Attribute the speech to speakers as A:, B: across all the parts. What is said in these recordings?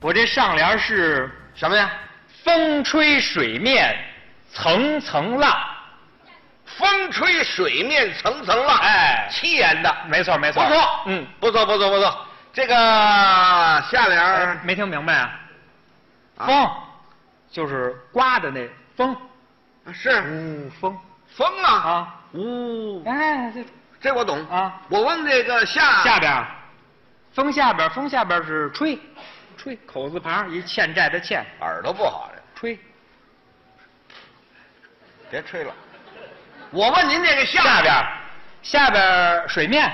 A: 我这上联是什么呀？风吹水面层层浪。
B: 风吹水面层层浪，
A: 哎
B: 七言的，
A: 没错，没
B: 不
A: 错。
B: 错，
A: 嗯，
B: 不错，不错，不错。这个啊下联
A: 哎
B: 儿
A: 没听明白啊？
B: 啊
A: 风，就是刮的那风，
B: 是
A: 呜风
B: 哎风啊，
A: 嗯啊。
B: 呜，
A: 哎，这
B: 这我懂
A: 啊
B: 我问这个下
A: 下边儿，风下边儿，风下边儿是吹，吹口字旁一欠债的欠，
B: 耳朵不好，这
A: 吹。
B: 别吹了。我问您这个下
A: 下边儿，下边儿水面，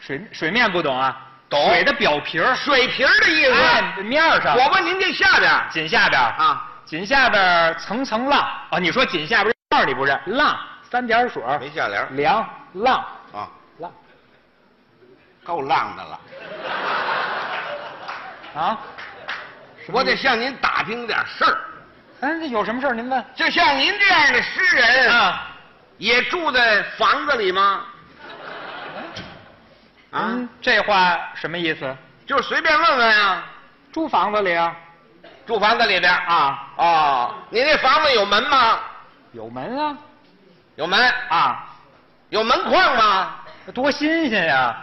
A: 水水面不懂啊？
B: 懂
A: 水的表皮儿，
B: 水瓶儿的意思，
A: 哎，面儿上。
B: 我问您这下边儿
A: 紧下边儿
B: 啊，
A: 紧下边儿层层浪啊、哦你说紧下边儿浪儿你不是浪三点水儿
B: 没下联儿
A: 凉浪
B: 啊，
A: 浪
B: 够浪的了。
A: 啊，
B: 我得向您打听点事儿。
A: 嗯，这有什么事儿您问
B: 就像您这样的诗人，
A: 啊？
B: 也住在房子里吗？啊，
A: 嗯，这话什么意思？
B: 就随便问问啊，
A: 住房子里啊
B: 住房子里边啊。
A: 啊，
B: 哦，你那房子有门吗？
A: 有门啊
B: 有门，
A: 啊，
B: 有门框吗？
A: 多新鲜呀、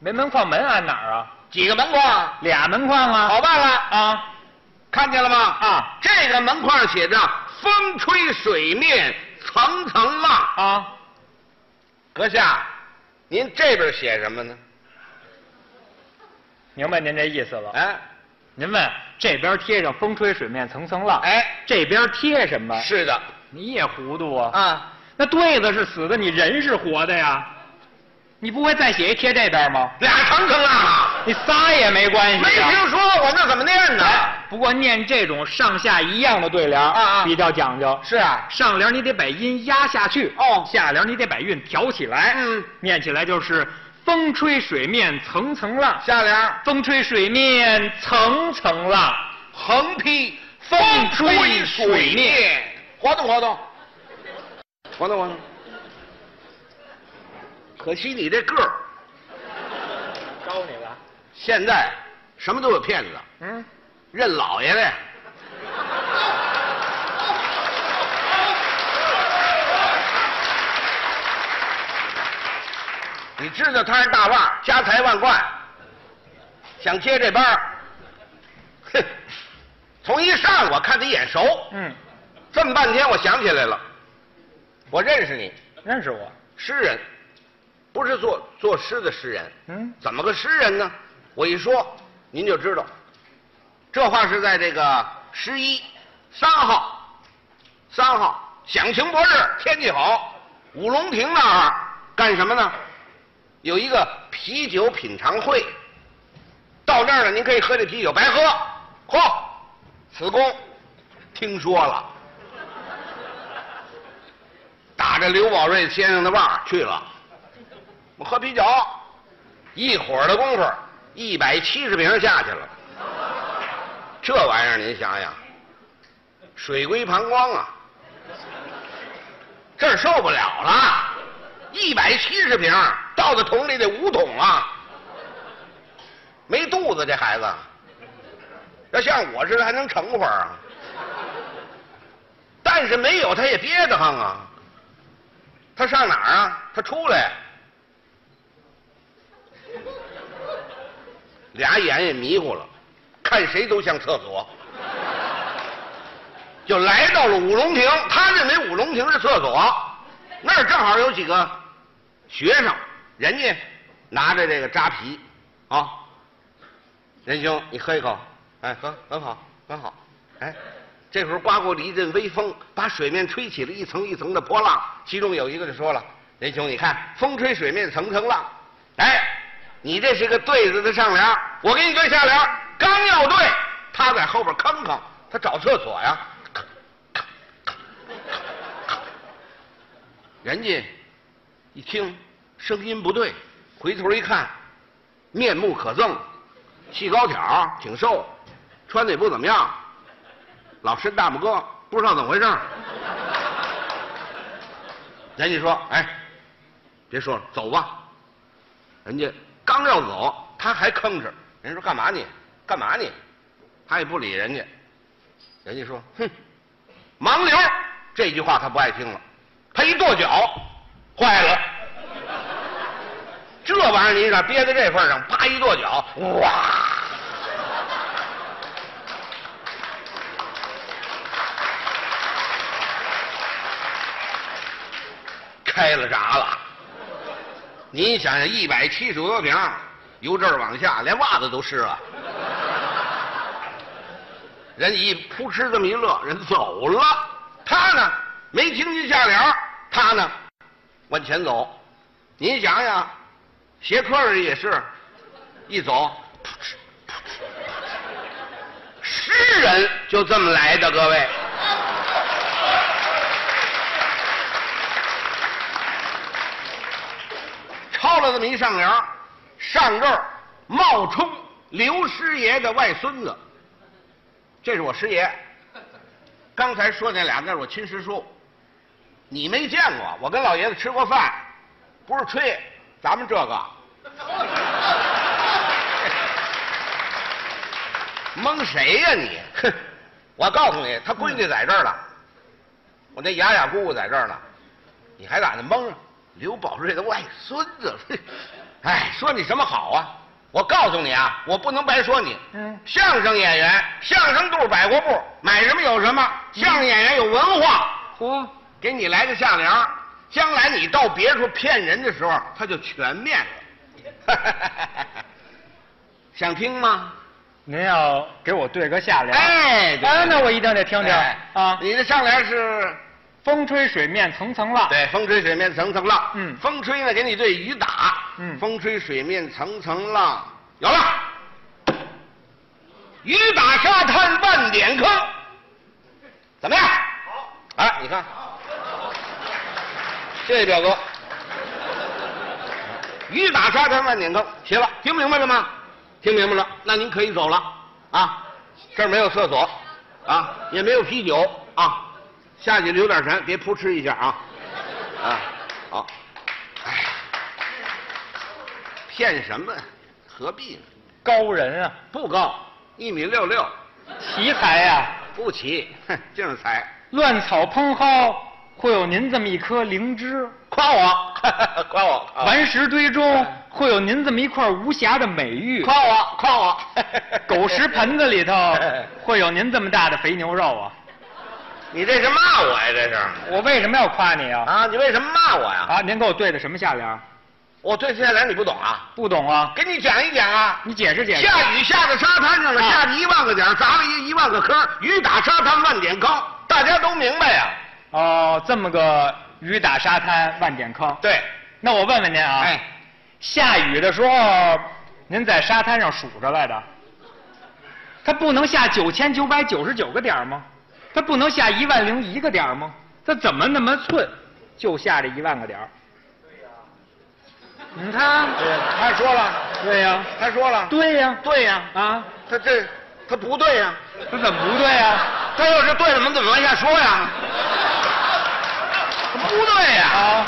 A: 没门框门安哪儿啊？
B: 几个门框？
A: 俩门框啊？
B: 好办了，
A: 啊
B: 看见了吗？
A: 啊
B: 这个门框写着“风吹水面层层浪
A: 啊，”。
B: 阁下，您这边写什么呢？
A: 明白您这意思了。
B: 哎，
A: 您问这边贴上风吹水面层层浪，
B: 哎，
A: 这边贴什么？
B: 是的，
A: 你也糊涂啊！
B: 啊，
A: 那对子是死的，你人是活的呀。你不会再写一贴这边吗？
B: 俩层层浪啊，
A: 你仨也没关
B: 没
A: 系、啊。
B: 听说过，那怎么念呢？
A: 不过念这种上下一样的对联
B: 啊啊
A: 比较讲究。
B: 是啊
A: 上联你得把音压下去，
B: 哦
A: 下联你得把韵挑起来。
B: 嗯
A: 念起来就是风吹水面层层浪，
B: 下联儿
A: 风吹水面层层浪，
B: 横批
A: 风吹水面，
B: 活动活动，活动活动。可惜你这个儿，
A: 招你了。
B: 现在什么都有骗子，
A: 嗯，
B: 认老爷的。你知道他是大腕儿，家财万贯，想接这班儿，哼，从一上我看他眼熟，
A: 嗯，
B: 这么半天，我想起来了，我认识你，
A: 认识我。
B: 诗人，不是做作诗的诗人。
A: 嗯
B: 怎么个诗人呢？我一说，您就知道。这话是在这个十一三号，三号响晴博日，天气好，五龙亭那儿干什么呢？有一个啤酒品尝会。到那儿了，您可以喝这啤酒，白喝，喝。子贡听说了， 打着刘宝瑞先生的腕儿去了。我喝啤酒，一会儿的功夫，一百七十瓶下去了。这玩意儿您想想，水龟膀胱啊，这儿受不了了。一百七十瓶倒在桶里得五桶啊，没肚子这孩子，要像我似的还能盛会儿啊。但是没有他也憋得慌啊，他上哪儿啊？他出来。俩眼也迷糊了，看谁都像厕所，就来到了五龙亭。他认为五龙亭是厕所，那儿正好有几个学生，人家拿着这个扎啤，啊，仁兄，你喝一口，哎，喝，很好，很好，哎。这会儿刮过了一阵微风，把水面吹起了一层一层的波浪。其中有一个就说了：“仁兄，你看，风吹水面层层浪。”哎，你这是个对子的上联儿，我给你对下联儿，刚要对，他在后边吭吭，他找厕所呀，吭吭吭吭吭人家一听声音不对，回头一看，面目可憎，细高挑儿，挺瘦，穿的也不怎么样，老伸大拇哥，不知道怎么回事儿。人家说：“哎，别说了，走吧。”人家刚要走，他还吭哧。人家说：“干嘛你？干嘛你？他也不理人家。人家说：“哼，盲流。”这句话他不爱听了，他一跺脚，坏了。这玩意儿你咋憋在这份儿上？啪一跺脚，哇！开了闸了。您想想，一百七十多平，由这儿往下，连袜子都湿了。人家一扑哧这么一乐，人走了。他呢，没听见下联儿，他呢，往前走。您想想，鞋客人也是，一走，噗嗤噗嗤噗嗤诗人就这么来的，各位。抄了这么一上联儿，上这儿冒充刘师爷的外孙子，这是我师爷。刚才说那俩字儿我亲师叔，你没见过，我跟老爷子吃过饭，不是吹，咱们这个蒙谁呀、你？哼，我告诉你，他闺女在这儿呢，我那雅雅姑姑在这儿呢，你还打那蒙上？刘宝瑞的外孙子，嘿哎，说你什么好啊？我告诉你啊，我不能白说你。
A: 嗯
B: 相声演员，相声肚百国步，买什么有什么。
A: 嗯
B: 相声演员有文化，
A: 嚯，
B: 给你来个下联儿，将来你到别处骗人的时候，他就全面了。 想听吗？
A: 您要给我对个下联。
B: 哎，对
A: 哎，那我一定得听听
B: 哎
A: 啊！
B: 你的上联是
A: 风吹水面层层浪，
B: 对，风吹水面层层浪。
A: 嗯
B: 风吹呢，给你对雨打。
A: 嗯
B: 风吹水面层层浪，有了。雨打沙滩万点坑，怎么样？好。哎，你看，谢谢表哥。雨打沙滩万点坑，行了，听明白了吗？听明白了，那您可以走了啊。这儿没有厕所，啊，也没有啤酒啊，下去留点神，别扑哧一下啊，啊，好，哎，骗什么？何必呢？
A: 高人啊，
B: 不高，一米六六，
A: 奇才呀、
B: 不齐，哼，就是才。
A: 啊乱草蓬蒿，会有您这么一颗灵芝；
B: 夸我， 夸我，夸我
A: 顽石堆中，会有您这么一块无瑕的美玉；
B: 夸我，夸我，
A: 狗食盆子里头
B: 哎，
A: 会有您这么大的肥牛肉啊！
B: 你这是骂我呀？这是
A: 我为什么要夸你啊？
B: 啊？你为什么骂我呀？
A: 啊，您给我对的什么下联儿？
B: 我对这下联你不懂啊？
A: 不懂啊？
B: 给你讲一讲啊。
A: 你解释解释。
B: 下雨下到沙滩上了，
A: 啊
B: 下去一万个点儿，砸了一一万个坑儿，雨打沙滩万点坑，大家都明白呀、
A: 哦，这么个雨打沙滩万点坑。
B: 对，
A: 那我问问您啊，
B: 哎，
A: 下雨的时候，您在沙滩上数着来的，它不能下九千九百九十九个点儿吗？它不能下一万零一个点儿吗？它怎么那么寸，就下这一万个点儿？你看，
B: 哎他说了，
A: 对呀、
B: 他说了，
A: 对呀、
B: 对呀、
A: 啊，
B: 他这他不对呀、
A: 这怎么不对呀、
B: 他要是对了，我们怎么往下说呀？不对呀、
A: 啊，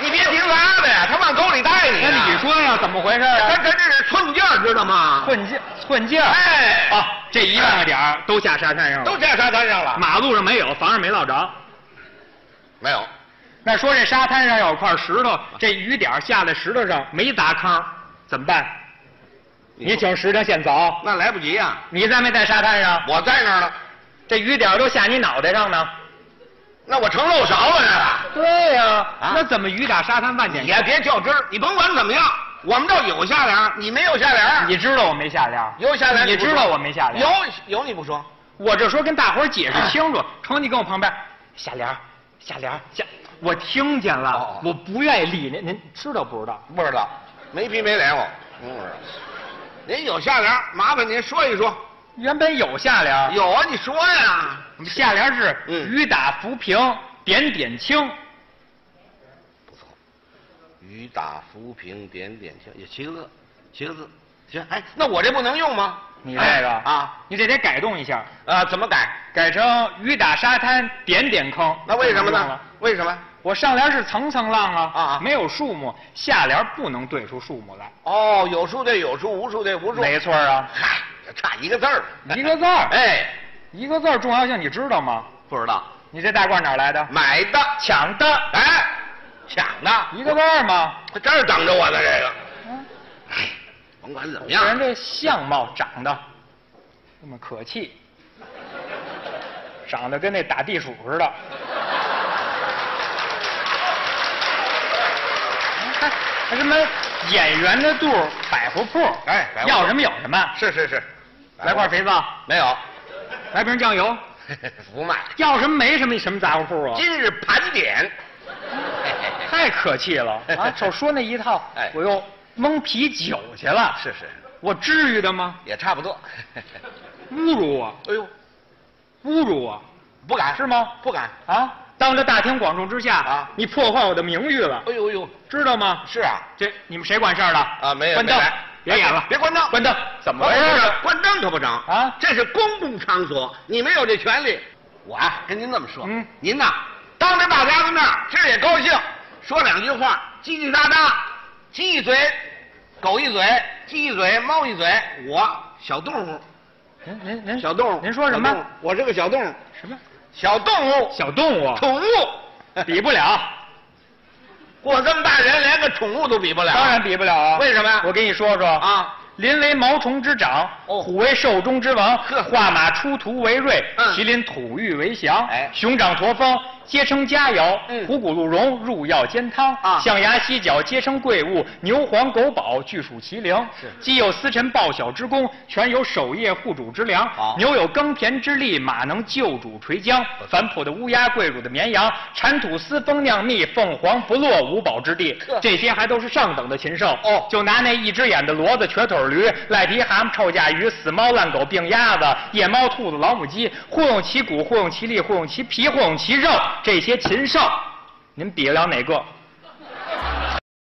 B: 你别听他的呀，他往沟里带你、
A: 那你，说呀，怎么回事
B: 他
A: 啊？
B: 他这是寸劲儿，知道吗？
A: 寸劲，寸劲儿。
B: 哎，
A: 啊，这一万个点儿都下沙滩上了，
B: 都在沙滩上了，
A: 马路上没有，房上没落着。
B: 没有，
A: 那说这沙滩上有块石头，这雨点儿下在石头上没砸坑，怎么办？你请石头现凿，
B: 那来不及呀、
A: 你在没在沙滩上？
B: 我在那儿呢，
A: 这雨点儿都下你脑袋上呢。
B: 那我成漏勺了这个。
A: 对呀、
B: 啊
A: 那怎么雨打沙滩万点
B: 你
A: 坑？
B: 也别较真儿，你甭管怎么样，我们这儿有下联儿，你没有下联儿，
A: 你知道我没下联，
B: 有下联儿
A: 你
B: 不说
A: 知道我没下联，，
B: 有有你不说，
A: 我这时候跟大伙儿解释清楚，成，你跟我旁边下联儿，下联儿，下，我听见了，
B: 哦哦
A: 我不愿意理您，您知道不知道？
B: 不知道，没皮没脸我，不知道。您有下联儿，麻烦您说一说。
A: 原本有下联，
B: 有啊，你说呀。
A: 我们下联是“
B: 嗯
A: 雨打浮萍点点青
B: 雨打浮萍点点青，也七个字，七个字。行，哎，那我这不能用吗”，？
A: 你这个
B: 啊，
A: 你这得改动一下，
B: 啊，怎么改？
A: 改成“雨打沙滩点点坑”。
B: 那为什么
A: 就不用
B: 呢
A: 了？
B: 为什么？
A: 我上联是层层浪啊，
B: 啊啊
A: 没有数目，下联不能对出数目来。
B: 哦，有数对有数，无数对无数。
A: 没错 啊，
B: 嗨，这差一个字儿，
A: 一个字儿
B: 哎，
A: 一个字儿重要性你知道吗？
B: 不知道
A: 你这大褂哪儿来的？
B: 买的，
A: 抢的，
B: 哎，抢的，
A: 一个字儿吗？
B: 他这儿等着我呢，这个哎
A: 嗯，
B: 甭管怎么
A: 人
B: 样，
A: 这相貌长得那么可气，长得跟那打地鼠似的。还还哎什么演员的肚儿百货铺？
B: 哎百货铺
A: 要什么有什么。
B: 是是是，
A: 来块肥皂，
B: 没有，
A: 来瓶酱油，
B: 不卖，
A: 要什么没什么什么杂货铺啊？
B: 今日盘点，
A: 太可气了啊！就说那一套，
B: 哎
A: 我又蒙啤酒去了。
B: 是是，
A: 我至于的吗？
B: 也差不多， 哎
A: 侮辱我，
B: 呦，
A: 侮辱我
B: 不敢
A: 是吗
B: 不敢，
A: 啊！当着大庭广众之下
B: 啊
A: 你破坏我的名誉了，
B: 哎呦哎呦，
A: 知道吗？
B: 是啊，
A: 这你们谁管事儿了？啊
B: 啊，没有，
A: 关灯
B: 没来，
A: 别演了
B: 哎，别关灯，
A: 关灯，怎么回事
B: 啊
A: 儿？
B: 关灯可不成
A: 啊
B: 这是公共场所，你没有这权利。我啊，跟您这么说，
A: 嗯
B: 您呐，当着大家的面儿，今儿也高兴，说两句话，叽叽喳喳，鸡一嘴，狗一嘴，鸡一嘴，猫一嘴，我小动物，
A: 您您您
B: 小动物，
A: 哎您说什么
B: 小动物？我是个小动物，
A: 什么
B: 小动物，
A: 小动物？
B: 宠物，
A: 比不了，
B: 我这么大人，连个宠物都比 不了。
A: 当然比不了啊！
B: 为什么呀
A: 我跟你说说啊。
B: 啊，
A: 麟为毛虫之长，
B: 哦
A: 虎为兽中之王，
B: 呵
A: 画马出图为瑞，
B: 嗯
A: 麒麟吐玉为翔，
B: 哎
A: 熊掌驼峰皆称佳肴，
B: 嗯
A: 虎骨鹿茸入药煎汤，
B: 啊
A: 象牙犀角皆称贵物，牛黄狗宝俱属其灵，
B: 是
A: 鸡有司晨报晓之功，犬有守夜护主之良，
B: 好
A: 牛有耕田之力，马能救主垂缰，反哺的乌鸦，跪乳的绵羊，铲土司风酿蜜，凤凰不落五宝之地
B: 呵，
A: 这些还都是上等的禽兽
B: 哦
A: 就拿那一只眼的骡子、瘸腿驴、赖皮蛤蟆、臭甲鱼、死猫、烂狗、病鸭子、夜猫、兔子、老母鸡，糊弄其骨，糊弄其力，糊弄其皮，糊弄其肉，这些禽兽，您比得了哪个？